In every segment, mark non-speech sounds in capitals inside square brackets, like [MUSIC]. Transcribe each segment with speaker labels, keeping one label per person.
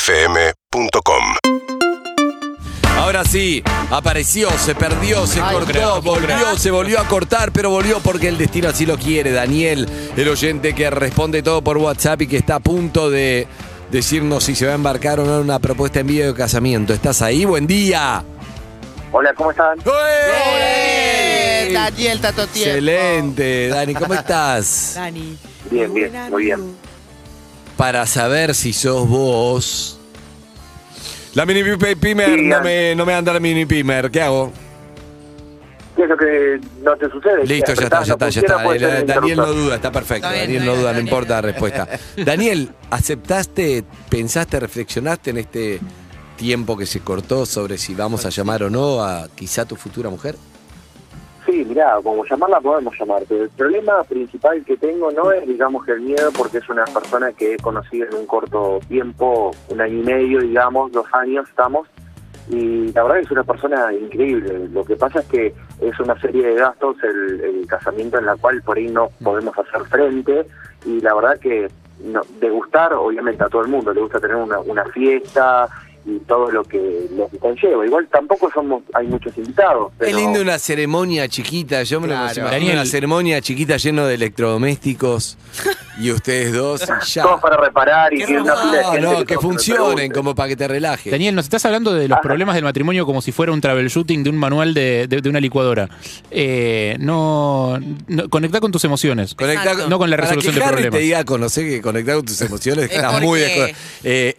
Speaker 1: UrbanaPlayFM.com
Speaker 2: Ahora sí, apareció, se perdió, se
Speaker 3: Ay,
Speaker 2: cortó,
Speaker 3: creo, no puedo
Speaker 2: volvió,
Speaker 3: creer.
Speaker 2: se volvió a cortar, pero volvió porque el destino así lo quiere. Daniel, el oyente que responde todo por WhatsApp y que está a punto de decirnos si se va a embarcar o no en una propuesta en vivo de casamiento. ¿Estás ahí? Buen día.
Speaker 4: Hola, ¿cómo están?
Speaker 3: ¡Eh!
Speaker 2: ¡Ey!
Speaker 3: Daniel, tanto tiempo.
Speaker 2: Excelente, Dani,
Speaker 3: [LAUGHS]
Speaker 2: ¿cómo estás?
Speaker 5: Dani.
Speaker 4: Bien, bien, muy bien.
Speaker 2: Para saber si sos vos. La mini pi- pimer
Speaker 4: Sí,
Speaker 2: no
Speaker 4: Dani.
Speaker 2: me, no me anda la mini pimer, ¿qué hago?
Speaker 4: ¿Qué es lo que no te sucede?
Speaker 2: Listo, ya está, ya está, ya está. Eh, Daniel no duda, está perfecto.
Speaker 3: Está bien,
Speaker 2: Daniel
Speaker 3: está
Speaker 2: no
Speaker 3: bien,
Speaker 2: duda, no
Speaker 3: Daniel.
Speaker 2: importa la
Speaker 3: [LAUGHS]
Speaker 2: respuesta. Daniel, ¿aceptaste, pensaste, reflexionaste en este tiempo que se cortó sobre si vamos a llamar o no a quizá tu futura mujer?
Speaker 4: Sí, mirá, como llamarla podemos llamar, pero el problema principal que tengo no es, digamos, que el miedo, porque es una persona que he conocido en un corto tiempo, un año y medio, digamos, dos años estamos, y la verdad que es una persona increíble. Lo que pasa es que es una serie de gastos el, el casamiento en la cual por ahí no podemos hacer frente, y la verdad que no, de gustar, obviamente a todo el mundo le gusta tener una, una fiesta y todo lo que lo que conlleva. Igual tampoco somos, hay muchos invitados.
Speaker 2: Es
Speaker 4: pero-
Speaker 2: lindo una ceremonia chiquita, yo me lo
Speaker 3: Claro.
Speaker 2: imagino.
Speaker 6: Daniel.
Speaker 2: Una ceremonia chiquita lleno de electrodomésticos y ustedes dos y ya.
Speaker 4: todos para reparar y
Speaker 3: Qué
Speaker 4: que una
Speaker 3: hermoso.
Speaker 4: fila de
Speaker 2: No,
Speaker 4: gente
Speaker 2: no, que
Speaker 4: todos
Speaker 2: funcionen
Speaker 4: pregunte.
Speaker 2: como para que te relajes.
Speaker 6: Daniel, nos estás hablando de los problemas del matrimonio como si fuera un troubleshooting de un manual de, de- de una licuadora. Eh, no, no- Conectá con tus emociones.
Speaker 2: Conectá
Speaker 3: Exacto.
Speaker 6: No con la
Speaker 2: Para
Speaker 6: resolución
Speaker 2: que
Speaker 6: de
Speaker 2: Harry
Speaker 6: problemas.
Speaker 2: te diga conocer que conectar con tus emociones que
Speaker 3: [LAUGHS] Es
Speaker 2: estás muy desco-
Speaker 3: porque-
Speaker 2: Eh,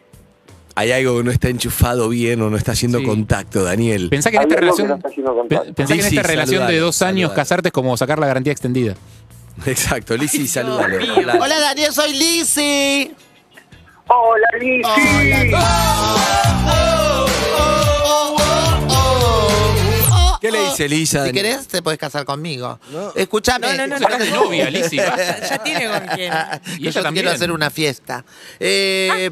Speaker 2: hay algo que no está enchufado bien o no está haciendo
Speaker 6: Sí.
Speaker 2: contacto, Daniel.
Speaker 6: Pensá que
Speaker 4: Hay
Speaker 6: en esta
Speaker 4: algo
Speaker 6: relación,
Speaker 4: que no está haciendo
Speaker 6: pe-
Speaker 4: contacto.
Speaker 6: pensá que en
Speaker 2: Lizzy,
Speaker 6: esta relación
Speaker 2: saludalo,
Speaker 6: de dos años
Speaker 2: saludalo.
Speaker 6: casarte es como sacar la garantía extendida.
Speaker 2: [LAUGHS] Exacto, Lizzy, salúdalo.
Speaker 5: mío.
Speaker 2: Hola.
Speaker 3: Hola, Daniel, soy Lizzy.
Speaker 4: Hola, Lizzy.
Speaker 2: ¿Qué le dice Lisa,
Speaker 3: Oh, Si
Speaker 2: Daniel?
Speaker 3: querés, te podés casar conmigo. Escúchame.
Speaker 5: No, no, no,
Speaker 6: Sacás de novia, Lizzy. [LAUGHS]
Speaker 5: Ya, ya tiene con
Speaker 3: [LAUGHS]
Speaker 5: quién.
Speaker 6: Y ella
Speaker 3: ah, Yo
Speaker 6: también.
Speaker 3: quiero hacer una fiesta. Eh,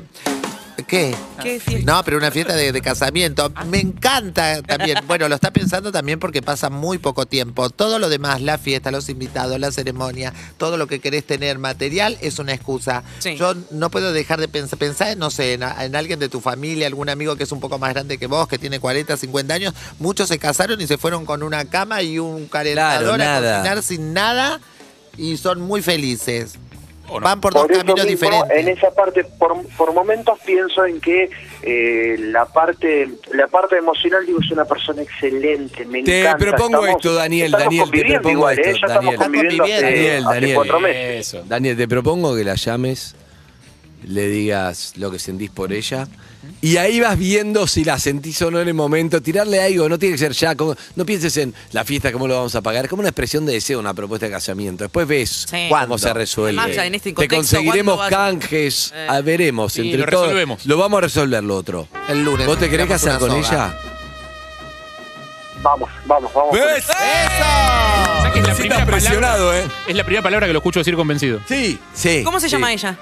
Speaker 3: ¿Qué?
Speaker 5: ¿Qué fiesta?
Speaker 3: No, pero una fiesta de, de casamiento. Me encanta también. Bueno, lo está pensando también porque pasa muy poco tiempo. Todo lo demás, la fiesta, los invitados, la ceremonia, todo lo que querés tener material es una excusa.
Speaker 5: Sí.
Speaker 3: Yo no puedo dejar de pensar, pensar, no sé, en, en alguien de tu familia, algún amigo que es un poco más grande que vos, que tiene 40, 50 años. Muchos se casaron y se fueron con una cama y un calentador
Speaker 2: nada.
Speaker 3: a cocinar sin nada y son muy felices.
Speaker 6: ¿O no?
Speaker 3: Van por dos
Speaker 4: Por eso
Speaker 3: caminos
Speaker 4: mismo,
Speaker 3: diferentes.
Speaker 4: en esa parte, por, por momentos pienso en que eh, la parte la parte emocional, digo, es una persona excelente, me
Speaker 2: Te
Speaker 4: encanta.
Speaker 2: propongo
Speaker 4: estamos-
Speaker 2: esto, Daniel,
Speaker 4: estamos
Speaker 2: Daniel, te
Speaker 4: conviviendo
Speaker 2: propongo
Speaker 4: igual,
Speaker 2: esto,
Speaker 4: ¿eh? Ya
Speaker 2: Daniel.
Speaker 4: estamos conviviendo hace,
Speaker 2: Daniel,
Speaker 4: hace
Speaker 2: Daniel.
Speaker 4: cuatro meses.
Speaker 6: Eso.
Speaker 2: Daniel, te propongo que la llames, le digas lo que sentís por ella. Y ahí vas viendo si la sentís o no en el momento. Tirarle algo, no tiene que ser ya. como- no pienses en la fiesta, cómo lo vamos a pagar. Como una expresión de deseo, una propuesta de casamiento. Después ves
Speaker 5: Sí.
Speaker 2: cómo
Speaker 3: ¿Cuándo?
Speaker 2: se resuelve.
Speaker 5: Además, ya en este
Speaker 2: te
Speaker 5: contexto,
Speaker 2: conseguiremos
Speaker 5: ¿cuándo vas a-
Speaker 2: canjes.
Speaker 5: Eh.
Speaker 2: Ah, veremos.
Speaker 6: Sí,
Speaker 2: entre
Speaker 6: lo
Speaker 2: todos.
Speaker 6: resolvemos.
Speaker 2: Lo vamos a resolver lo otro.
Speaker 3: El lunes.
Speaker 2: ¿Vos te querés
Speaker 3: tiramos
Speaker 2: casar
Speaker 3: una
Speaker 2: con
Speaker 3: soga.
Speaker 2: ella?
Speaker 4: Vamos, vamos, vamos.
Speaker 2: ¿Ves?
Speaker 5: ¡Eh! Ah,
Speaker 6: ¿Sabés que es la
Speaker 2: Sí,
Speaker 6: primera
Speaker 2: estás presionado, eh.
Speaker 6: Es la primera palabra que lo escucho decir convencido.
Speaker 2: Sí. Sí.
Speaker 5: ¿Cómo se
Speaker 2: sí.
Speaker 5: llama ella?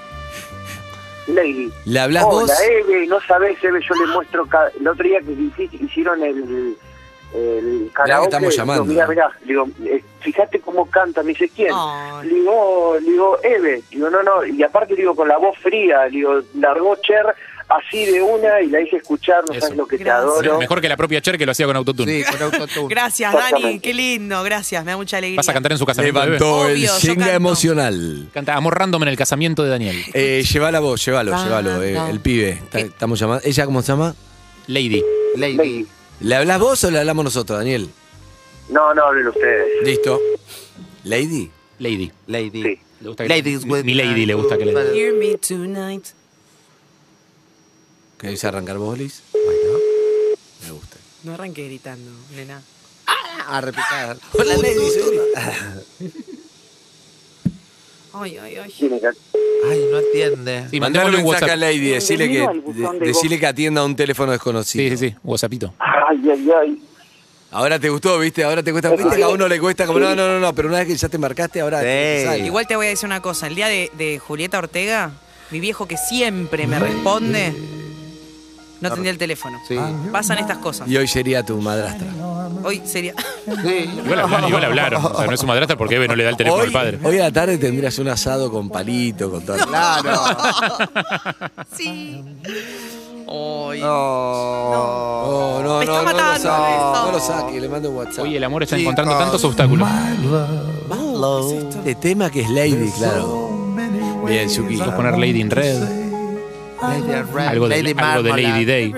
Speaker 4: Lady.
Speaker 2: ¿Le hablas
Speaker 4: Hola,
Speaker 2: vos?
Speaker 4: Eve, no sabés, Eve, yo le muestro ca- el otro día que hici- hicieron el, el karaoke.
Speaker 2: estamos
Speaker 4: digo,
Speaker 2: llamando.
Speaker 4: Mirá, mirá, digo, eh, fíjate cómo canta, me dice, ¿quién?
Speaker 5: Ay.
Speaker 4: Le digo, le digo, Eve, digo, no, no, y aparte digo, con la voz fría, le digo, largó Cher así de una y la hice escuchar, no
Speaker 6: Eso.
Speaker 4: sabes lo que te
Speaker 5: Gracias.
Speaker 4: adoro.
Speaker 6: Mejor que la propia Cher que lo hacía con autotune.
Speaker 3: Sí, con autotune.
Speaker 5: Gracias, Dani. Qué lindo. Gracias. Me da mucha alegría.
Speaker 6: Vas a cantar en su casamiento. bebé.
Speaker 2: Levantó el
Speaker 5: Obvio, yo
Speaker 2: singa
Speaker 5: canto.
Speaker 2: emocional.
Speaker 6: Canta Amor Random en el casamiento de Daniel.
Speaker 2: Eh, llévala vos, llévalo, llévalo, eh, el pibe. Está- estamos llamando. ¿Ella cómo se llama?
Speaker 6: Lady.
Speaker 3: Lady.
Speaker 4: Lady.
Speaker 2: ¿Le hablas vos o le hablamos nosotros, Daniel?
Speaker 4: No, no, hablen ustedes.
Speaker 2: Listo. Lady.
Speaker 6: Lady.
Speaker 3: Lady.
Speaker 4: Sí.
Speaker 6: Le gusta que-
Speaker 3: Ladies with
Speaker 6: Mi Lady le gusta que le diga.
Speaker 5: Hear me tonight.
Speaker 2: ¿Querés arrancar vos, Liz? Me gusta.
Speaker 5: No arranque gritando, nena.
Speaker 3: A repicar.
Speaker 2: Hola, Lady.
Speaker 5: Ay, ay, ay.
Speaker 4: Tiene que-
Speaker 3: Ay, no entiende.
Speaker 2: Mandale un
Speaker 6: Sí, mandémosle un
Speaker 2: mensaje
Speaker 6: WhatsApp.
Speaker 2: a Lady. Decirle que,
Speaker 4: Bienvenido al buzón
Speaker 2: de-
Speaker 4: de
Speaker 2: decile que atienda a un teléfono
Speaker 6: Sí,
Speaker 2: desconocido.
Speaker 6: sí, sí. WhatsAppito.
Speaker 4: Ay, ay, ay.
Speaker 2: Ahora te gustó, ¿viste? Ahora te cuesta. ¿Viste? que a uno le cuesta como, no, no, no, no. Pero una vez que ya te embarcaste, ahora.
Speaker 3: Sí.
Speaker 2: te sale.
Speaker 5: Igual te voy a decir una cosa. El día de, de Julieta Ortega, mi viejo que siempre me responde, no atendía el teléfono.
Speaker 3: Sí.
Speaker 5: Pasan estas cosas.
Speaker 2: Y hoy sería tu madrastra.
Speaker 5: Hoy sería. [LAUGHS]
Speaker 3: Sí.
Speaker 6: Igual, hablaron, igual hablaron. O sea, no es su madrastra porque Eve no le da el teléfono
Speaker 2: Hoy,
Speaker 6: al padre.
Speaker 2: hoy a la tarde tendrías un asado con palito, con todo.
Speaker 3: Claro.
Speaker 5: sí. Hoy.
Speaker 3: No.
Speaker 2: No, Oh, no,
Speaker 5: Me
Speaker 2: no,
Speaker 5: está
Speaker 2: no, lo
Speaker 5: matando
Speaker 2: saque,
Speaker 5: esto.
Speaker 2: no lo saque, le mando un WhatsApp.
Speaker 6: Hoy el amor está
Speaker 3: Chicos.
Speaker 6: encontrando tantos obstáculos.
Speaker 2: Vamos, este tema que es Lady, claro. Bien, Suki.
Speaker 6: Vamos a poner Lady in Red,
Speaker 3: Lady, and Red,
Speaker 6: algo de, algo de
Speaker 3: Marmalade.
Speaker 6: Lady Day.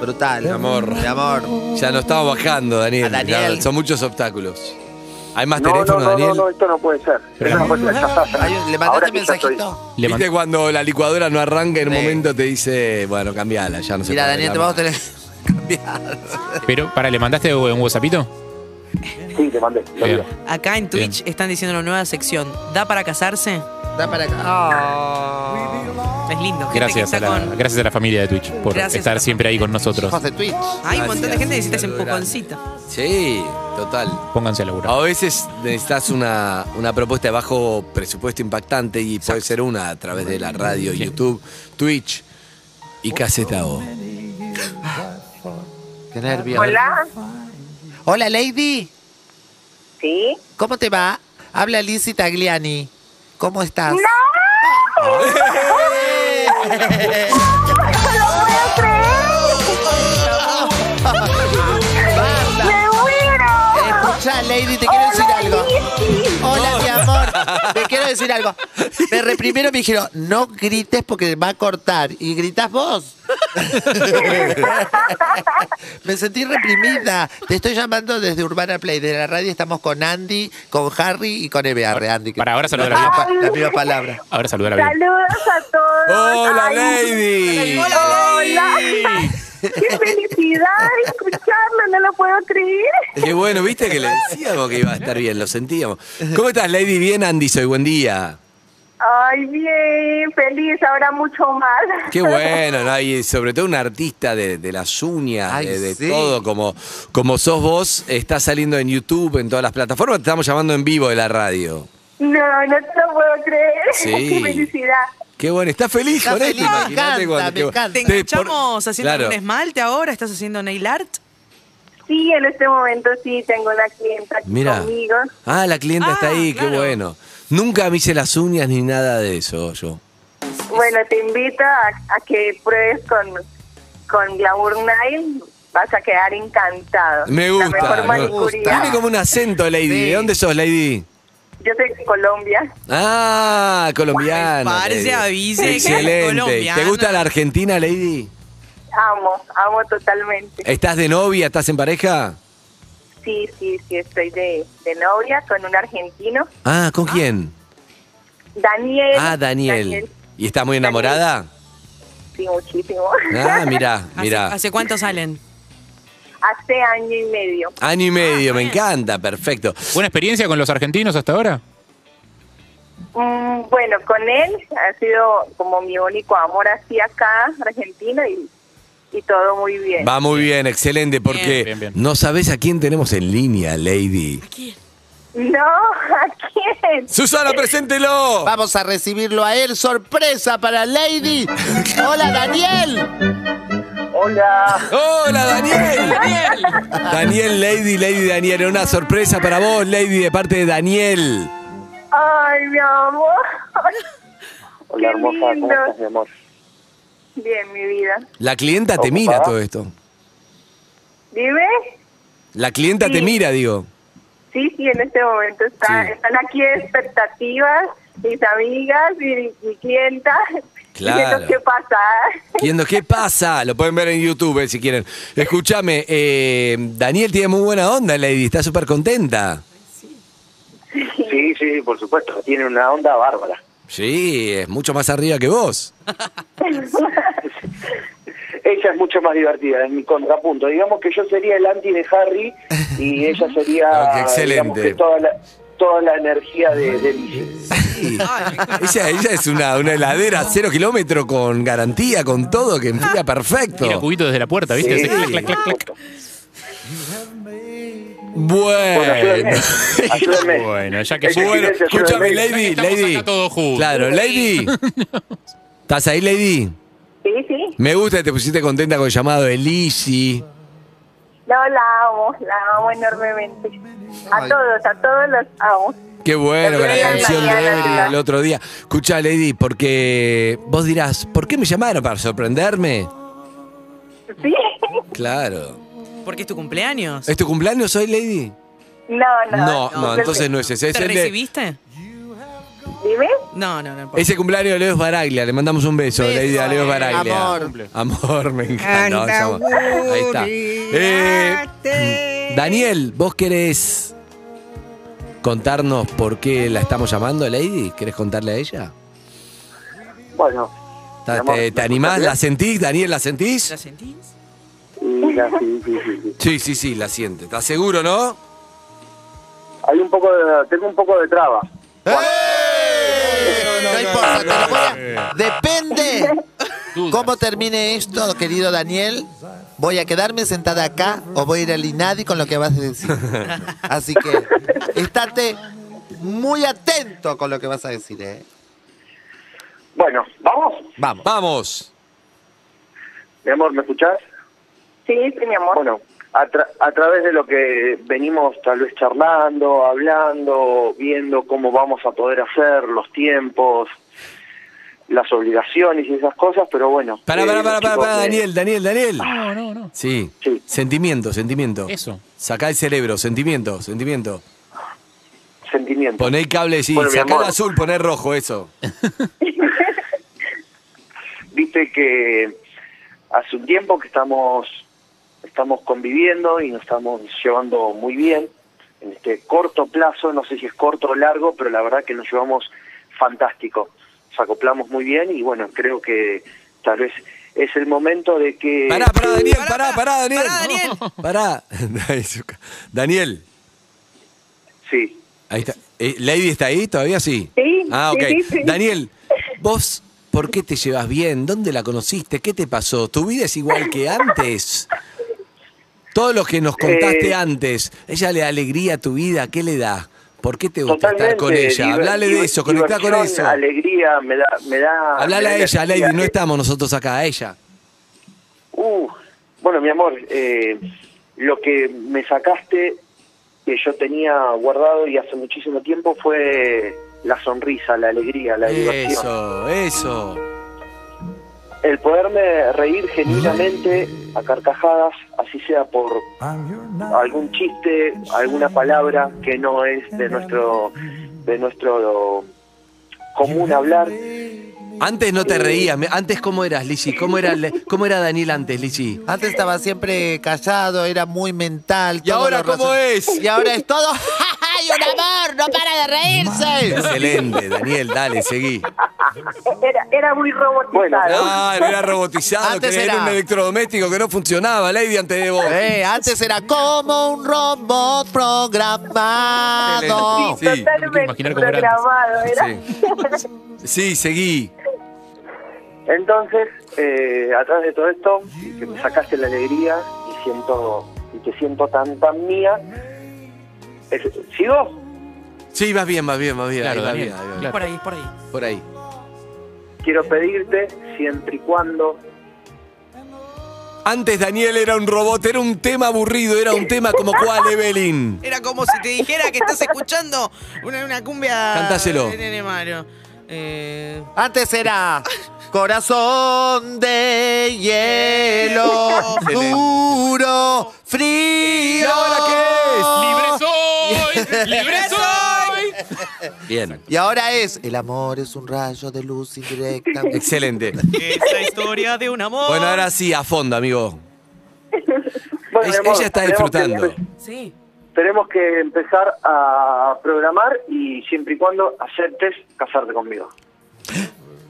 Speaker 3: Brutal. Mi
Speaker 2: amor.
Speaker 3: Mi amor.
Speaker 2: Ya nos estamos bajando, Daniel.
Speaker 3: A Daniel.
Speaker 2: Claro, son muchos obstáculos. ¿Hay más
Speaker 4: No, no,
Speaker 2: teléfonos,
Speaker 4: no, no,
Speaker 2: Daniel?
Speaker 4: no, esto no puede ser.
Speaker 6: Pero
Speaker 4: Esto
Speaker 6: no.
Speaker 4: no puede ser, ya está, ya.
Speaker 3: Ay, ¿Le mandaste
Speaker 4: Ahora que ya estoy-
Speaker 3: mensajito?
Speaker 6: Le
Speaker 2: ¿Viste
Speaker 6: mandó-
Speaker 2: cuando la licuadora no arranca en un
Speaker 3: Sí.
Speaker 2: momento te dice, bueno, cambiala, ya no se
Speaker 3: Mira,
Speaker 2: puede
Speaker 3: Daniel, te vamos a
Speaker 2: cambiar?
Speaker 3: tener que cambiar.
Speaker 6: Pero, para, ¿le mandaste un WhatsAppito?
Speaker 4: Sí, te mandé. lo
Speaker 6: Bien.
Speaker 4: vi.
Speaker 5: Acá en Twitch están diciendo una nueva sección. ¿Da para casarse?
Speaker 3: Da para Ah, acá.
Speaker 5: Es lindo. Gente
Speaker 6: Gracias
Speaker 5: que
Speaker 6: a,
Speaker 5: está
Speaker 6: la,
Speaker 5: con.
Speaker 6: gracias a la familia de Twitch por
Speaker 5: Gracias a
Speaker 6: estar
Speaker 5: la
Speaker 6: siempre ahí con nosotros.
Speaker 3: Hijos de Twitch.
Speaker 5: Hay un montón de gente que necesita ese
Speaker 2: Gracias, saludo
Speaker 5: empujoncito.
Speaker 2: Sí, total.
Speaker 6: Pónganse a
Speaker 2: A
Speaker 6: laburar.
Speaker 2: veces necesitas una, una propuesta de bajo presupuesto impactante y puede ser una a través de la radio, YouTube, Twitch y Caseta O.
Speaker 3: Qué nervios.
Speaker 7: Hola,
Speaker 3: Hola, Lady.
Speaker 7: ¿sí?
Speaker 3: ¿Cómo te va? Habla Lizzy Tagliani. ¿Cómo estás?
Speaker 7: ¡No lo puedo creer! ¡Me muero!
Speaker 3: Escucha, Lady, te quiero decir algo.
Speaker 7: Lizzy.
Speaker 3: Hola, mi amor. Te quiero decir algo. Me reprimieron, me dijeron, no grites porque va a cortar. Y gritás vos. [LAUGHS] me sentí reprimida. Te estoy llamando desde Urbana Play, de la radio. Estamos con Andy, con Harry y con EBR. Andy. que-
Speaker 6: Para, ahora saludar a
Speaker 3: la
Speaker 6: la
Speaker 3: misma,
Speaker 7: vida.
Speaker 3: pa- la misma palabra.
Speaker 6: Ahora saludar a Bea.
Speaker 7: Saludos a todos.
Speaker 2: ¡Hola,
Speaker 7: Ay,
Speaker 2: Lady!
Speaker 7: Hola. ¡Qué felicidad escucharlo! No lo puedo creer.
Speaker 2: Qué bueno, viste que le decíamos que iba a estar bien, lo sentíamos. ¿Cómo estás, Lady? Bien, Andy, soy buen día.
Speaker 7: Ay, bien, feliz, ahora mucho más.
Speaker 2: Qué bueno, ¿no? Y sobre todo un artista de, de las uñas,
Speaker 3: Ay,
Speaker 2: de, de
Speaker 3: sí.
Speaker 2: todo, como, como sos vos, está saliendo en YouTube, en todas las plataformas, te estamos llamando en vivo de la radio.
Speaker 7: No, no te lo puedo creer.
Speaker 2: Sí.
Speaker 7: ¡Qué felicidad!
Speaker 2: Qué bueno, estás feliz
Speaker 3: Está
Speaker 2: con
Speaker 3: feliz,
Speaker 2: esto.
Speaker 3: me
Speaker 2: Imaginate
Speaker 3: encanta,
Speaker 2: cuando-
Speaker 3: me
Speaker 2: qué-
Speaker 3: encanta.
Speaker 5: Te
Speaker 2: por-
Speaker 5: enganchamos haciendo
Speaker 2: Claro.
Speaker 5: un esmalte ahora, estás haciendo nail art.
Speaker 7: Sí, en este momento sí, tengo una clienta aquí
Speaker 2: Mira.
Speaker 7: conmigo.
Speaker 2: Ah, la clienta está
Speaker 5: Ah,
Speaker 2: ahí, qué
Speaker 5: claro.
Speaker 2: bueno. Nunca me hice las uñas ni nada de eso yo.
Speaker 7: Bueno, te invito a, a que pruebes con, con Glamour Nile. Vas a quedar encantado.
Speaker 2: Me
Speaker 7: La mejor
Speaker 2: gusta. me
Speaker 7: manicuría.
Speaker 2: gusta. Tiene como un acento, Lady.
Speaker 3: Sí.
Speaker 2: ¿De dónde sos, Lady?
Speaker 7: Yo soy de Colombia.
Speaker 2: Ah, colombiana.
Speaker 5: Parece
Speaker 2: Lady.
Speaker 5: avise que es
Speaker 2: Excelente. ¿Te
Speaker 5: colombiana.
Speaker 2: gusta la Argentina, Lady?
Speaker 7: Amo, amo totalmente.
Speaker 2: ¿Estás de novia? ¿Estás en pareja?
Speaker 7: Sí, sí, sí, estoy de, de novia con un argentino.
Speaker 2: Ah, ¿con quién?
Speaker 7: Daniel.
Speaker 2: Ah, Daniel. ¿Y estás muy enamorada?
Speaker 7: Sí, muchísimo.
Speaker 2: Ah, [LAUGHS] mirá,
Speaker 5: Hace-
Speaker 2: mirá.
Speaker 5: ¿Hace, cuánto salen?
Speaker 7: [LAUGHS] Hace año y medio.
Speaker 2: Año y medio, me encanta, perfecto.
Speaker 6: ¿Buena experiencia con los argentinos hasta ahora?
Speaker 7: Mm, bueno, con él ha sido como mi único amor así acá, argentino, y, y todo muy bien.
Speaker 2: Va muy bien, excelente, porque
Speaker 6: Bien, bien.
Speaker 2: no sabes a quién tenemos en línea, Lady.
Speaker 7: No, [LAUGHS] ¿a quién?
Speaker 2: Susana, preséntelo.
Speaker 3: Vamos a recibirlo a él. Sorpresa para Lady. Hola, Daniel.
Speaker 4: Hola.
Speaker 2: Hola, Daniel. Daniel. Daniel, Lady, Lady Daniel. Una sorpresa para vos, Lady, de parte de Daniel.
Speaker 7: Ay, mi amor. [LAUGHS]
Speaker 4: Hola,
Speaker 7: Qué
Speaker 4: hermosa. ¿Cómo
Speaker 7: lindo.
Speaker 4: estás, mi amor?
Speaker 7: Bien, mi vida.
Speaker 2: La clienta te
Speaker 4: ¿Ocupada?
Speaker 2: mira todo esto.
Speaker 7: Dime.
Speaker 2: La clienta te
Speaker 7: Sí.
Speaker 2: mira, digo.
Speaker 7: Sí, sí, en este momento está,
Speaker 2: Sí.
Speaker 7: están aquí expectativas, mis amigas y mi clienta. [LAUGHS]
Speaker 2: Claro.
Speaker 7: Diciendo, ¿Qué pasa?
Speaker 2: Viendo qué pasa. Lo pueden ver en YouTube eh, si quieren. Escúchame, eh, Daniel tiene muy buena onda, Lady. Está súper contenta.
Speaker 4: Sí, sí, por supuesto. Tiene una onda bárbara.
Speaker 2: Sí, es mucho más arriba que vos.
Speaker 4: Ella es mucho más divertida, es mi contrapunto. Digamos que yo sería el anti de Harry y ella
Speaker 2: Ah, qué
Speaker 4: sería
Speaker 2: excelente.
Speaker 4: digamos que toda la, toda la energía de, de Lizzy.
Speaker 2: Sí. Ella, ella es una, una heladera cero kilómetro con garantía, con todo, que enfría
Speaker 6: Tira
Speaker 2: perfecto.
Speaker 6: cubito desde la puerta, [LAUGHS] ¿viste?
Speaker 4: Sí.
Speaker 6: Hace clac, clac, clac, clac.
Speaker 2: [LAUGHS]
Speaker 4: Bueno, ayúdame.
Speaker 2: Bueno.
Speaker 4: [LAUGHS] ayúdame.
Speaker 6: Bueno, ya que-
Speaker 4: Ella
Speaker 2: Bueno,
Speaker 4: quiere, ayúdame.
Speaker 2: escúchame, Lady,
Speaker 6: estamos
Speaker 2: Lady.
Speaker 4: [LAUGHS]
Speaker 6: acá todos juntos.
Speaker 2: Claro, Lady. ¿Estás ahí, Lady?
Speaker 7: Sí, sí.
Speaker 2: Me gusta que te pusiste contenta con el llamado de Lizzy.
Speaker 7: No, la amo, la amo enormemente. A
Speaker 3: Ay.
Speaker 7: todos, a todos los amo. [LAUGHS]
Speaker 2: Qué bueno con la
Speaker 7: Lady
Speaker 2: canción de
Speaker 7: Diana,
Speaker 2: Evelyn
Speaker 7: Diana.
Speaker 2: el otro día. Escucha, Lady, porque vos dirás, ¿por qué me llamaron? ¿Para sorprenderme?
Speaker 7: ¿Sí?
Speaker 2: Claro.
Speaker 5: Porque es tu cumpleaños.
Speaker 2: ¿Es tu cumpleaños hoy, Lady?
Speaker 7: No, no.
Speaker 2: No, no,
Speaker 5: no,
Speaker 2: entonces no es ese. Es
Speaker 5: ¿Te
Speaker 2: el de-
Speaker 5: recibiste?
Speaker 7: Dime.
Speaker 5: No, no, no. importa.
Speaker 2: ese cumpleaños de Leo Baraglia. Le mandamos un beso,
Speaker 5: Beso,
Speaker 2: Lady, a Leo Baraglia.
Speaker 3: Amor.
Speaker 2: Amor, me encanta. vamos, amor. Ahí está. Eh, Daniel, ¿vos querés contarnos por qué la estamos llamando, Lady? ¿Querés contarle a ella?
Speaker 4: Bueno,
Speaker 2: ¿Te,
Speaker 4: Mi amor,
Speaker 2: te- te
Speaker 4: ¿me
Speaker 2: animás?
Speaker 4: escuchás
Speaker 2: ¿La sentís, Daniel? ¿La sentís?
Speaker 5: ¿La sentís?
Speaker 4: y la- sí, sí, sí, sí.
Speaker 2: Sí, sí, sí, la siente. ¿Estás seguro, no?
Speaker 4: Hay un poco de, tengo un poco de traba.
Speaker 3: No importa, te lo voy a- Depende
Speaker 6: Dudas.
Speaker 3: cómo termine esto, querido Daniel. Voy a quedarme sentada acá o voy a ir al INADI con lo que vas a decir. Así que estate muy atento con lo que vas a decir. ¿eh?
Speaker 4: Bueno, ¿vamos?
Speaker 3: Vamos.
Speaker 2: Vamos.
Speaker 4: Mi amor, ¿me escuchás?
Speaker 7: Sí, sí, mi amor.
Speaker 4: Bueno, a, tra- a través de lo que venimos tal vez charlando, hablando, viendo cómo vamos a poder hacer, los tiempos, las obligaciones y esas cosas, pero bueno.
Speaker 2: Para,
Speaker 4: eh,
Speaker 2: para, para, para,
Speaker 4: chicos, eh,
Speaker 2: Daniel, Daniel, Daniel.
Speaker 6: No, no, no.
Speaker 2: Sí.
Speaker 4: Sí.
Speaker 2: Sentimiento, sentimiento.
Speaker 6: Eso.
Speaker 2: Sacá el cerebro, sentimiento, sentimiento.
Speaker 4: Sentimiento.
Speaker 2: Poné el cable, sí.
Speaker 4: Bueno, mi
Speaker 2: Sacá el
Speaker 4: amor.
Speaker 2: azul, poné rojo, eso.
Speaker 4: Viste que hace un tiempo que estamos, estamos conviviendo y nos estamos llevando muy bien. En este corto plazo, no sé si es corto o largo, pero la verdad que nos llevamos fantástico. Nos acoplamos muy bien y bueno, creo que tal vez es el momento de que...
Speaker 2: Pará, pará, Daniel, pará,
Speaker 5: pará,
Speaker 2: pará, Daniel.
Speaker 5: pará, Daniel.
Speaker 2: Pará. [LAUGHS] Ahí su- Daniel,
Speaker 4: Sí.
Speaker 2: ahí está. Eh, ¿Lady está ahí todavía? Sí.
Speaker 7: Sí,
Speaker 2: Ah,
Speaker 7: sí,
Speaker 2: ok.
Speaker 7: sí, sí.
Speaker 2: Daniel, vos, ¿por qué te llevas bien? ¿Dónde la conociste? ¿Qué te pasó? ¿Tu vida es igual que antes? Todo lo que nos contaste
Speaker 4: Eh,
Speaker 2: antes, ¿ella le da alegría a tu vida? ¿Qué le da? ¿Por qué te gusta
Speaker 4: Totalmente.
Speaker 2: estar con ella?
Speaker 4: diver-
Speaker 2: Hablale de
Speaker 4: diver-
Speaker 2: eso, conectá con
Speaker 4: diversión,
Speaker 2: eso.
Speaker 4: alegría, me da... Me da
Speaker 2: Hablale
Speaker 4: me
Speaker 2: a
Speaker 4: da
Speaker 2: ella,
Speaker 4: energía.
Speaker 2: Lady, no estamos nosotros acá, a ella.
Speaker 4: Uh, bueno, mi amor, eh, lo que me sacaste, que yo tenía guardado y hace muchísimo tiempo, fue la sonrisa, la alegría, la
Speaker 2: Eso,
Speaker 4: diversión.
Speaker 2: eso.
Speaker 4: El poderme reír genuinamente a carcajadas, así sea por algún chiste, alguna palabra que no es de nuestro, de nuestro común hablar.
Speaker 2: Antes no te reías, me- antes cómo eras, Lizzy, cómo era, le- cómo era Daniel antes,
Speaker 4: [LAUGHS]
Speaker 2: Lizzy.
Speaker 3: Antes estaba siempre callado, era muy mental.
Speaker 2: ¿Y ahora
Speaker 3: lo
Speaker 2: cómo
Speaker 3: razon-
Speaker 2: es?
Speaker 3: Y ahora es todo. [LAUGHS] ¡Ay, un amor! ¡No para de reírse!
Speaker 2: Excelente, Daniel, dale, seguí.
Speaker 7: Era, era muy robotizado.
Speaker 2: Claro, era robotizado,
Speaker 3: Antes
Speaker 2: que era
Speaker 3: era-
Speaker 2: un electrodoméstico que no funcionaba, Lady, antes de vos.
Speaker 3: Eh, antes era como un robot programado.
Speaker 2: Ah, Sí, sí,
Speaker 7: Totalmente
Speaker 6: imaginar cómo era
Speaker 7: programado. Era. [LAUGHS]
Speaker 2: sí, seguí.
Speaker 4: Entonces, eh, atrás de todo esto, que me sacaste la alegría y siento y te siento tan tan mía. Es- ¿Sigo?
Speaker 2: Sí, más bien, más bien, más bien.
Speaker 6: Claro,
Speaker 2: ahí, más
Speaker 6: Daniel,
Speaker 2: bien, ahí, más
Speaker 6: claro.
Speaker 5: Por ahí, por ahí.
Speaker 2: bien. Por ahí.
Speaker 4: Quiero pedirte siempre y cuando
Speaker 2: Antes Daniel era un robot, era un tema aburrido, era un tema como cuál, Evelyn.
Speaker 5: Era como si te dijera que estás escuchando una, una cumbia.
Speaker 2: Cantáselo.
Speaker 5: de Nene Maro. Eh,
Speaker 3: Antes era corazón de hielo,
Speaker 2: Excelente.
Speaker 3: duro, frío.
Speaker 2: ¿Y ahora qué
Speaker 3: es?
Speaker 6: soy! ¡Libre soy!
Speaker 2: Bien.
Speaker 3: Y ahora es, el amor es un rayo de luz indirecta.
Speaker 2: [LAUGHS] Excelente.
Speaker 5: es la historia de un amor.
Speaker 2: Bueno, ahora sí, a fondo, amigo.
Speaker 4: Bueno,
Speaker 2: Ella-
Speaker 4: mi amor,
Speaker 2: ella está
Speaker 4: tenemos que-
Speaker 2: disfrutando.
Speaker 5: Sí.
Speaker 4: tenemos que empezar a programar y siempre y cuando aceptes casarte conmigo.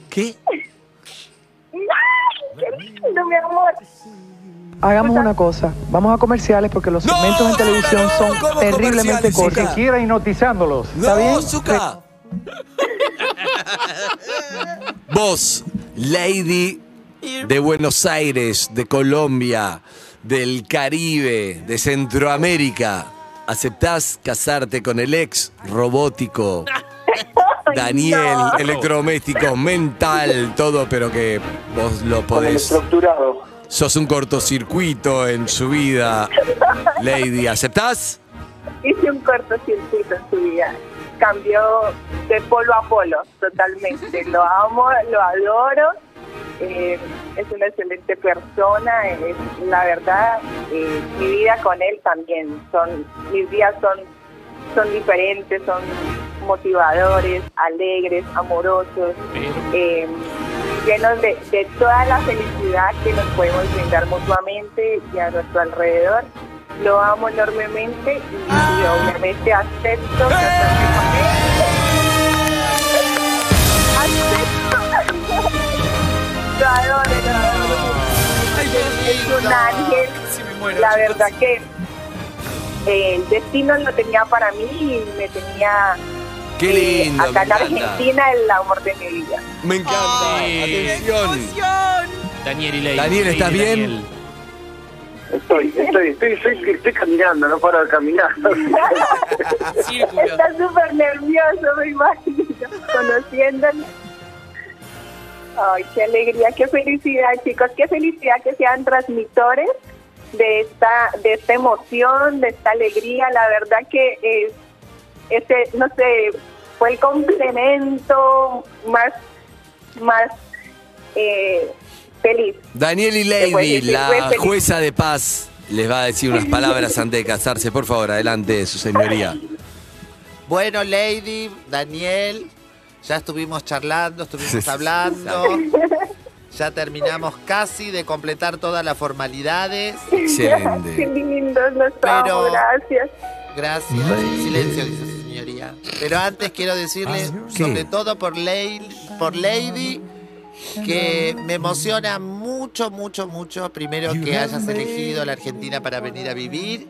Speaker 2: ¿Qué?
Speaker 7: ¡Ay, qué lindo, mi amor!
Speaker 8: Hagamos una cosa, vamos a comerciales porque los
Speaker 2: No,
Speaker 8: segmentos
Speaker 2: no,
Speaker 8: en televisión
Speaker 2: no, no, no, ¿cómo
Speaker 8: son terriblemente
Speaker 2: comerciales, Zucca?
Speaker 8: cortos.
Speaker 9: Quiera hipnotizándolos. ¿Está
Speaker 2: No,
Speaker 9: bien?
Speaker 2: Zucca. Vos, Lady de Buenos Aires, de Colombia, del Caribe, de Centroamérica, ¿aceptás casarte con el ex robótico
Speaker 7: [LAUGHS] Ay,
Speaker 2: Daniel,
Speaker 7: No.
Speaker 2: electrodoméstico, mental, todo, pero que vos lo
Speaker 4: Con el
Speaker 2: podés.
Speaker 4: estructurado.
Speaker 2: Sos un cortocircuito en su vida, Lady. ¿Aceptás?
Speaker 7: Hice un cortocircuito en su vida. Cambió de polo a polo, totalmente. Lo amo, lo adoro. eh, es una excelente persona. es- la verdad, eh, mi vida con él también. son Mis días son, son diferentes, son motivadores, alegres, amorosos, eh, llenos de, de toda la felicidad que nos podemos brindar mutuamente y a nuestro alrededor. Lo amo enormemente y, y obviamente acepto casarme con él. Acepto. [LAUGHS] Lo adoro, lo adoro. Es un ángel. La verdad que eh, el destino lo tenía para mí y me tenía
Speaker 2: Qué
Speaker 7: eh,
Speaker 2: lindo.
Speaker 7: acá en
Speaker 2: me encanta.
Speaker 7: Argentina el amor de mi vida.
Speaker 2: Me encanta. Atención.
Speaker 6: Daniel y Lady.
Speaker 2: Daniel, ¿estás
Speaker 6: Lady,
Speaker 2: bien?
Speaker 6: Daniel.
Speaker 4: Estoy, estoy, estoy, estoy, estoy caminando, no paro
Speaker 2: [LAUGHS]
Speaker 4: de caminar.
Speaker 5: Ah, Círculo.
Speaker 7: Está súper nervioso, me imagino, conociéndolo. Ay, qué alegría, qué felicidad, chicos, qué felicidad que sean transmitores de esta, de esta emoción, de esta alegría. La verdad que es, este, no sé, fue el complemento más, más eh, feliz.
Speaker 2: Daniel y
Speaker 7: Te puedes
Speaker 2: Lady,
Speaker 7: decir, fue
Speaker 2: la
Speaker 7: feliz.
Speaker 2: jueza de paz, les va a decir unas palabras antes de casarse. Por favor, adelante, su señoría.
Speaker 3: Bueno, Lady, Daniel, ya estuvimos charlando, estuvimos hablando. Ya terminamos casi de completar todas las formalidades.
Speaker 7: [LAUGHS] Qué
Speaker 2: Excelente.
Speaker 7: lindos los amo,
Speaker 3: Pero-
Speaker 7: gracias.
Speaker 3: Gracias. Silencio, dice su señoría. Pero antes quiero decirle,
Speaker 2: ¿Qué?
Speaker 3: sobre todo por, Ley- por Lady, que me emociona mucho, mucho, mucho, primero que hayas elegido la Argentina para venir a vivir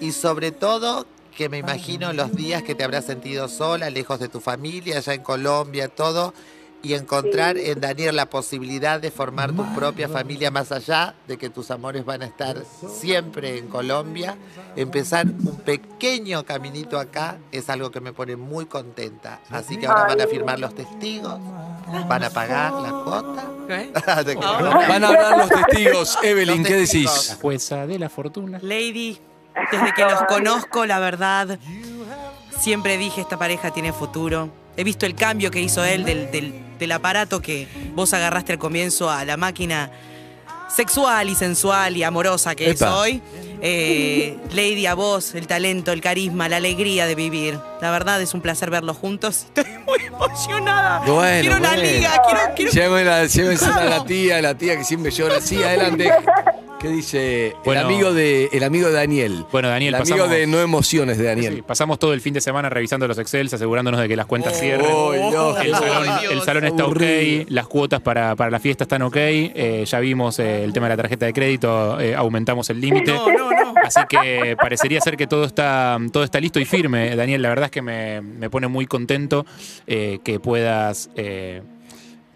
Speaker 3: y sobre todo que me imagino los días que te habrás sentido sola, lejos de tu familia, allá en Colombia, todo, y encontrar en Daniel la posibilidad de formar tu propia familia más allá de que tus amores van a estar siempre en Colombia. Empezar un pequeño caminito acá es algo que me pone muy contenta. Así que ahora van a firmar los testigos, van a pagar la cuota. [LAUGHS]
Speaker 5: ¿Eh?
Speaker 3: Te quiero.
Speaker 2: Van a hablar los testigos. Evelyn,
Speaker 3: Los
Speaker 2: ¿qué
Speaker 3: testigos.
Speaker 2: decís?
Speaker 6: La jueza de la fortuna.
Speaker 5: Lady, desde que los conozco, la verdad, siempre dije esta pareja tiene futuro. He visto el cambio que hizo él del, del- del aparato que vos agarraste al comienzo a la máquina sexual y sensual y amorosa que es
Speaker 2: Epa.
Speaker 5: hoy. Eh, Lady, a vos, el talento, el carisma, la alegría de vivir. La verdad es un placer verlos juntos. Estoy muy emocionada.
Speaker 2: Bueno,
Speaker 5: quiero una
Speaker 2: bueno.
Speaker 5: liga, quiero, quiero
Speaker 2: Llévenla, llévensela a la tía, la tía que siempre llora. Sí, adelante. ¿Qué dice
Speaker 6: Bueno.
Speaker 2: el, amigo de, el amigo de Daniel?
Speaker 6: Bueno, Daniel,
Speaker 2: el amigo
Speaker 6: pasamos-
Speaker 2: de no emociones de
Speaker 6: Sí,
Speaker 2: Daniel.
Speaker 6: pasamos todo el fin de semana revisando los Excels, asegurándonos de que las cuentas cierren.
Speaker 2: Oh, no.
Speaker 6: El salón, el salón está ok,
Speaker 2: Aburrido.
Speaker 6: las cuotas para, para la fiesta están ok, eh, ya vimos eh, el tema de la tarjeta de crédito, eh, aumentamos el límite.
Speaker 5: No, no, no.
Speaker 6: Así que parecería ser que todo está, todo está listo y firme. eh, Daniel, la verdad es que me, me pone muy contento eh, que puedas eh,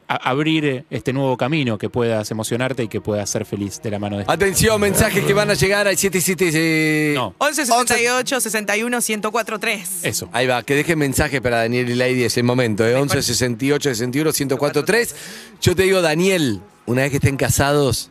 Speaker 6: a- abrir este nuevo camino, que puedas emocionarte y que puedas ser feliz de la mano de... este.
Speaker 2: Atención, mensajes que van a llegar al 77. eh,
Speaker 6: No,
Speaker 5: 11 68 61 104 3.
Speaker 6: eso.
Speaker 2: Ahí va, que deje mensaje para Daniel y Lady ese momento, ¿eh? 11 68 61 104 3. Yo te digo, Daniel, una vez que estén casados,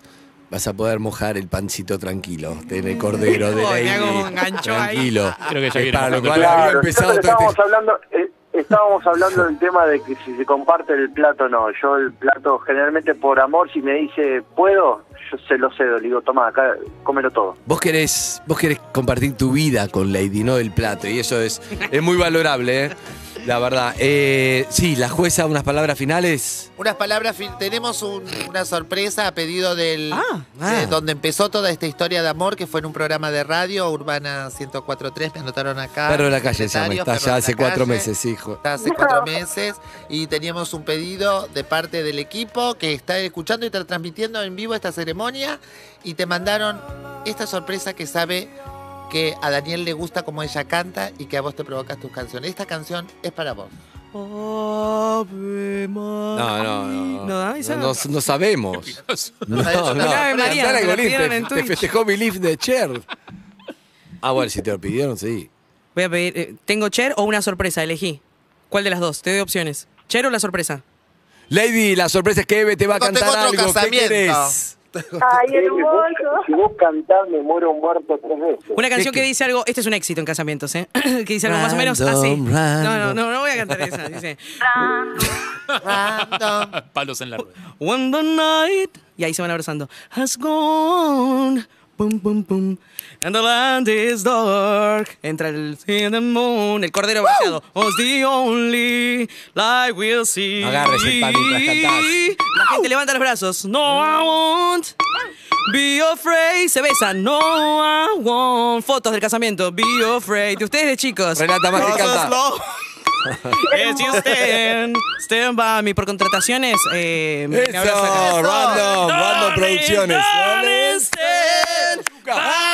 Speaker 2: vas a poder mojar el pancito tranquilo en el cordero
Speaker 3: [LAUGHS]
Speaker 2: de
Speaker 5: Oh,
Speaker 2: Lady.
Speaker 5: le hago un gancho ahí.
Speaker 2: tranquilo.
Speaker 6: Creo que ya
Speaker 2: Es
Speaker 6: viene
Speaker 2: para lo
Speaker 6: mojando
Speaker 2: cual
Speaker 6: el
Speaker 2: había
Speaker 6: pancito.
Speaker 4: Claro,
Speaker 2: empezado
Speaker 4: nosotros
Speaker 2: todo este-
Speaker 4: estábamos hablando, eh,
Speaker 2: [LAUGHS]
Speaker 4: estábamos hablando del tema de que si se comparte el plato o no. Yo el plato generalmente por amor, si me dice puedo, yo se lo cedo. Le digo, toma, acá, cómelo todo.
Speaker 2: Vos querés, vos querés compartir tu vida con Lady, no el plato, y eso es, es muy valorable, ¿eh? la verdad. Eh, sí, la jueza, unas palabras finales.
Speaker 3: Unas palabras, fin- tenemos un- una sorpresa a pedido del
Speaker 5: Ah,
Speaker 3: de
Speaker 2: ah.
Speaker 3: donde empezó toda esta historia de amor, que fue en un programa de radio, Urbana 1043, me anotaron acá.
Speaker 2: Perro de la calle se llama,
Speaker 3: secretarios,
Speaker 2: está
Speaker 3: Ah, Perro
Speaker 2: ya
Speaker 3: de
Speaker 2: hace
Speaker 3: la
Speaker 2: cuatro
Speaker 3: calle.
Speaker 2: meses, hijo.
Speaker 3: Está hace cuatro meses y teníamos un pedido de parte del equipo que está escuchando y está transmitiendo en vivo esta ceremonia y te mandaron esta sorpresa que sabe que a Daniel le gusta como ella canta y que a vos te provocas tus canciones. Esta canción es para vos.
Speaker 5: Ave
Speaker 2: No, no, no.
Speaker 5: No,
Speaker 2: No,
Speaker 5: ay, esa-
Speaker 2: no, no [LAUGHS] sabemos. No, no.
Speaker 3: Una
Speaker 5: Ave María,
Speaker 2: Dale,
Speaker 5: me la
Speaker 2: Golín,
Speaker 5: pidieron
Speaker 2: te-
Speaker 5: en
Speaker 2: te
Speaker 5: Twitch.
Speaker 2: festejó mi lift de Cher. Ah, bueno, si te lo pidieron, sí.
Speaker 5: Voy a pedir, eh, ¿tengo Cher o una sorpresa? Elegí. ¿Cuál de las dos? Te doy opciones. ¿Chero o la sorpresa?
Speaker 2: Lady, la sorpresa es que Eve te va a
Speaker 3: Tengo-
Speaker 2: cantar
Speaker 3: tengo otro
Speaker 2: algo. ¿Qué
Speaker 3: casamiento.
Speaker 2: querés? [LAUGHS]
Speaker 7: Ay,
Speaker 4: Eh, vos- Si
Speaker 7: hermoso.
Speaker 4: vos cantás, me muero muerto tres veces.
Speaker 5: Una canción que dice algo, este es un éxito en casamientos, ¿eh? [CLEARS THROAT] que dice algo más o menos
Speaker 2: Random,
Speaker 5: así. No, no,
Speaker 2: random.
Speaker 5: no, no voy a cantar esa. Dice,
Speaker 3: Random.
Speaker 6: [LAUGHS] Palos en la rueda.
Speaker 5: When the night, y ahí se van abrazando, has gone, pum, pum, pum, and the land is dark, entra el in the moon, el cordero abrazado, was the only light we'll see.
Speaker 2: No agarres el pan mientras cantás.
Speaker 5: La gente levanta los brazos, no, I won't. Be afraid, se besan, no, I won't. Fotos del casamiento, be afraid. De ustedes de chicos.
Speaker 2: Renata más que
Speaker 5: Cosas
Speaker 2: canta.
Speaker 5: locas. As you stand, stand by me. Por contrataciones, eh, me
Speaker 2: Eso,
Speaker 5: abrazo acá.
Speaker 2: random, random producciones.
Speaker 5: Darling, stand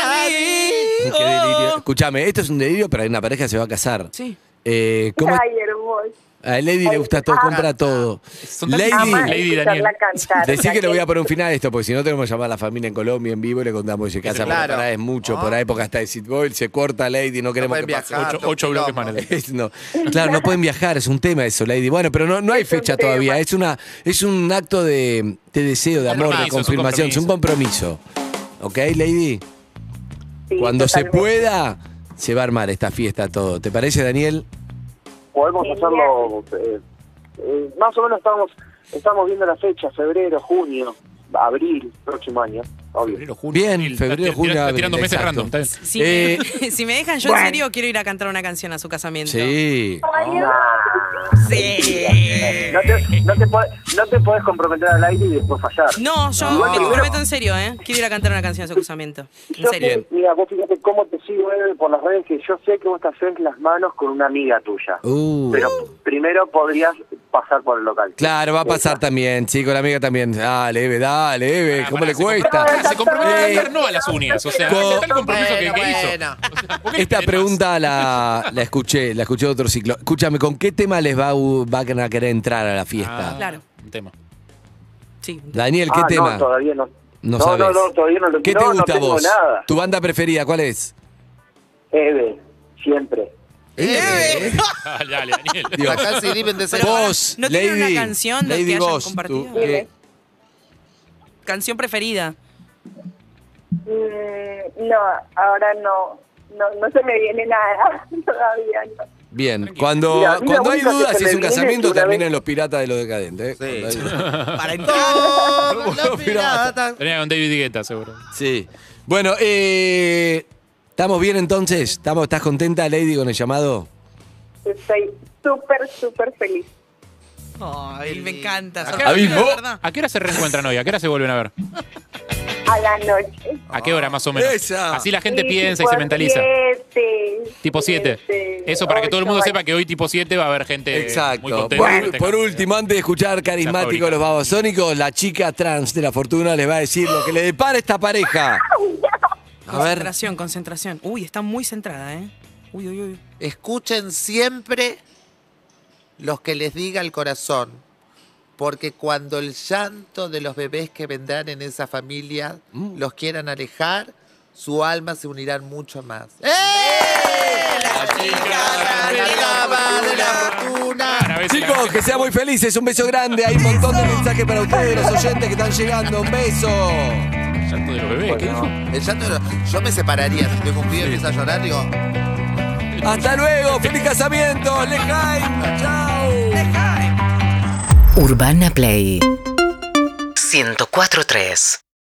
Speaker 5: by me.
Speaker 2: Qué delirio. Escuchame, esto es un delirio para una pareja que se va a casar.
Speaker 5: Sí.
Speaker 2: Eh, ¿cómo es?
Speaker 7: Ay, hermoso.
Speaker 2: A Lady le gusta todo, compra todo.
Speaker 6: Son tan-
Speaker 7: Ama
Speaker 2: Lady,
Speaker 6: Lady
Speaker 7: escucharla
Speaker 6: Daniel.
Speaker 7: cantar.
Speaker 2: decí que le voy a
Speaker 7: Raquel.
Speaker 2: poner un final a esto, porque si no tenemos que llamar a la familia en Colombia en vivo y le contamos que se casa
Speaker 3: Claro.
Speaker 2: por ahí es mucho, por ahí porque hasta de Sitboil se corta Lady, no queremos
Speaker 3: pueden
Speaker 2: que pase.
Speaker 3: viajar,
Speaker 6: Ocho,
Speaker 3: todo
Speaker 6: ocho bloques
Speaker 3: quilombo.
Speaker 6: más. adelante.
Speaker 2: Es- no. Claro, no pueden viajar, es un tema eso, Lady. Bueno, pero no, no hay
Speaker 7: Es un
Speaker 2: fecha
Speaker 7: tema.
Speaker 2: todavía, es una es un acto de, de deseo, de amor, de
Speaker 6: Compromiso, es un
Speaker 2: confirmación, es un compromiso. ¿Ok, Lady?
Speaker 7: Sí,
Speaker 2: Cuando
Speaker 7: totalmente.
Speaker 2: se pueda, se va a armar esta fiesta todo. ¿Te parece, Daniel?
Speaker 4: Podemos
Speaker 7: Genial.
Speaker 4: hacerlo. eh, eh, más o menos estamos estamos viendo la fecha, febrero, junio, abril, próximo año, obvio.
Speaker 6: [LAUGHS] Febrero, junio.
Speaker 2: Bien,
Speaker 6: abril.
Speaker 2: febrero,
Speaker 6: Está-
Speaker 2: junio,
Speaker 6: está
Speaker 2: abril,
Speaker 6: tirando meses
Speaker 2: exacto.
Speaker 6: random. está bien.
Speaker 5: Si,
Speaker 2: Eh,
Speaker 5: [LAUGHS] si me dejan, yo en serio quiero ir a cantar una canción a su casamiento.
Speaker 2: Sí.
Speaker 7: Ay, hermoso.
Speaker 5: Sí.
Speaker 4: [LAUGHS] No te, no, te podés, no te podés comprometer al aire y después fallar.
Speaker 5: No, yo
Speaker 4: No.
Speaker 5: me comprometo en serio, ¿eh? Quiero ir a cantar una canción a su casamiento. En
Speaker 4: Yo sé-
Speaker 5: serio.
Speaker 4: mira, vos fíjate cómo te sigo Eve, por las redes, que yo sé que vos te haces las manos con una amiga tuya.
Speaker 2: Uh.
Speaker 4: Pero primero podrías pasar por el local.
Speaker 2: Claro, va a pasar también, chico, la amiga también. Dale, Eve, dale, Eve,
Speaker 6: Ah,
Speaker 2: ¿cómo
Speaker 6: pará,
Speaker 2: le
Speaker 6: se comprometió-
Speaker 2: cuesta?
Speaker 6: Se comprometió a
Speaker 2: Eh,
Speaker 6: cantar no a las uñas. O sea,
Speaker 2: co-
Speaker 6: ahí está el compromiso que-
Speaker 3: Bueno,
Speaker 6: que hizo.
Speaker 3: bueno.
Speaker 6: O sea, ¿por qué le
Speaker 2: Esta
Speaker 6: piden
Speaker 2: pregunta la, la escuché, la escuché de otro ciclo. Escúchame, ¿con qué tema les va, a- van a querer entrar a la
Speaker 6: más?
Speaker 2: fiesta?
Speaker 5: Ah. Claro.
Speaker 6: Un tema. [LAUGHS]
Speaker 5: Sí.
Speaker 2: Daniel, ¿qué
Speaker 4: Ah,
Speaker 2: tema?
Speaker 4: No, todavía no.
Speaker 2: No
Speaker 4: no,
Speaker 2: sabes.
Speaker 4: no, todavía no lo
Speaker 2: ¿Qué
Speaker 4: no,
Speaker 2: te
Speaker 4: no
Speaker 2: gusta a
Speaker 4: tengo
Speaker 2: vos?
Speaker 4: nada.
Speaker 2: ¿Tu banda preferida cuál es?
Speaker 4: Eve, siempre.
Speaker 5: Eh,
Speaker 2: Eve.
Speaker 6: Dale, dale, Daniel.
Speaker 5: [LAUGHS]
Speaker 2: Dios.
Speaker 3: Acá el CD vende cero.
Speaker 2: Vos,
Speaker 5: ¿no
Speaker 2: Lady,
Speaker 5: tienen una canción que
Speaker 2: Lady
Speaker 5: hayan
Speaker 2: vos,
Speaker 5: compartido?
Speaker 2: tú, ¿qué?
Speaker 5: Canción preferida.
Speaker 7: Mm, no, ahora no. No, no se me viene nada [LAUGHS] todavía. No.
Speaker 2: Bien, cuando,
Speaker 4: Mira, a mí la
Speaker 2: cuando hay
Speaker 4: única que
Speaker 2: dudas
Speaker 4: se
Speaker 2: si es
Speaker 4: me
Speaker 2: un
Speaker 4: viene es
Speaker 2: casamiento,
Speaker 4: una
Speaker 2: termina
Speaker 4: vez-
Speaker 2: en los piratas de los decadentes. ¿eh?
Speaker 3: Sí.
Speaker 2: Cuando hay-
Speaker 5: Para
Speaker 2: [LAUGHS]
Speaker 5: entrar.
Speaker 3: Todos los
Speaker 2: Bueno, pirata.
Speaker 3: piratas.
Speaker 6: Venía con David Guetta, seguro.
Speaker 2: Sí. Bueno, eh, ¿estamos bien entonces? ¿Estamos, ¿Estás contenta, Lady, con el llamado?
Speaker 7: Estoy súper, súper feliz.
Speaker 5: Ay, me encanta.
Speaker 6: ¿A qué, hora,
Speaker 5: sorprendida,
Speaker 2: Abismo.
Speaker 5: de verdad.
Speaker 6: a qué hora se reencuentran hoy? ¿A qué hora se vuelven a ver?
Speaker 7: A la noche.
Speaker 6: ¿A qué hora más o menos?
Speaker 2: Esa.
Speaker 6: Así la gente
Speaker 7: Sí,
Speaker 6: piensa y
Speaker 7: tipo
Speaker 6: se mentaliza.
Speaker 7: siete,
Speaker 6: Tipo 7.
Speaker 7: siete,
Speaker 6: Eso para que todo el mundo
Speaker 7: ocho,
Speaker 6: sepa que hoy tipo 7 va a haber gente Eh, muy
Speaker 2: Exacto.
Speaker 6: contenta.
Speaker 2: Por,
Speaker 6: Este
Speaker 2: por
Speaker 6: caso.
Speaker 2: último, antes de escuchar carismáticos los babasónicos, la chica trans de la fortuna les va a decir lo que le depara esta pareja. A ver,
Speaker 5: Concentración, concentración. Uy, está muy centrada, ¿eh? Uy, uy, uy.
Speaker 3: Escuchen siempre los que les diga el corazón, porque cuando el llanto de los bebés que vendrán en esa familia los quieran alejar, su alma se unirá mucho más. ¡Eh! La
Speaker 6: chica
Speaker 3: de la dama de la fortuna.
Speaker 6: Una vez en la-
Speaker 2: chicos, que sean muy felices. Un beso grande. Hay un montón de mensajes para ustedes, los oyentes que están llegando. Un beso.
Speaker 6: Llanto de los bebés, ¿qué dijo?
Speaker 3: El llanto de los- Yo me separaría si tengo un pibe y empieza a llorar, digo,
Speaker 2: Hasta luego. Feliz casamiento. Lejaim. Chao.
Speaker 9: Urbana Play 104.3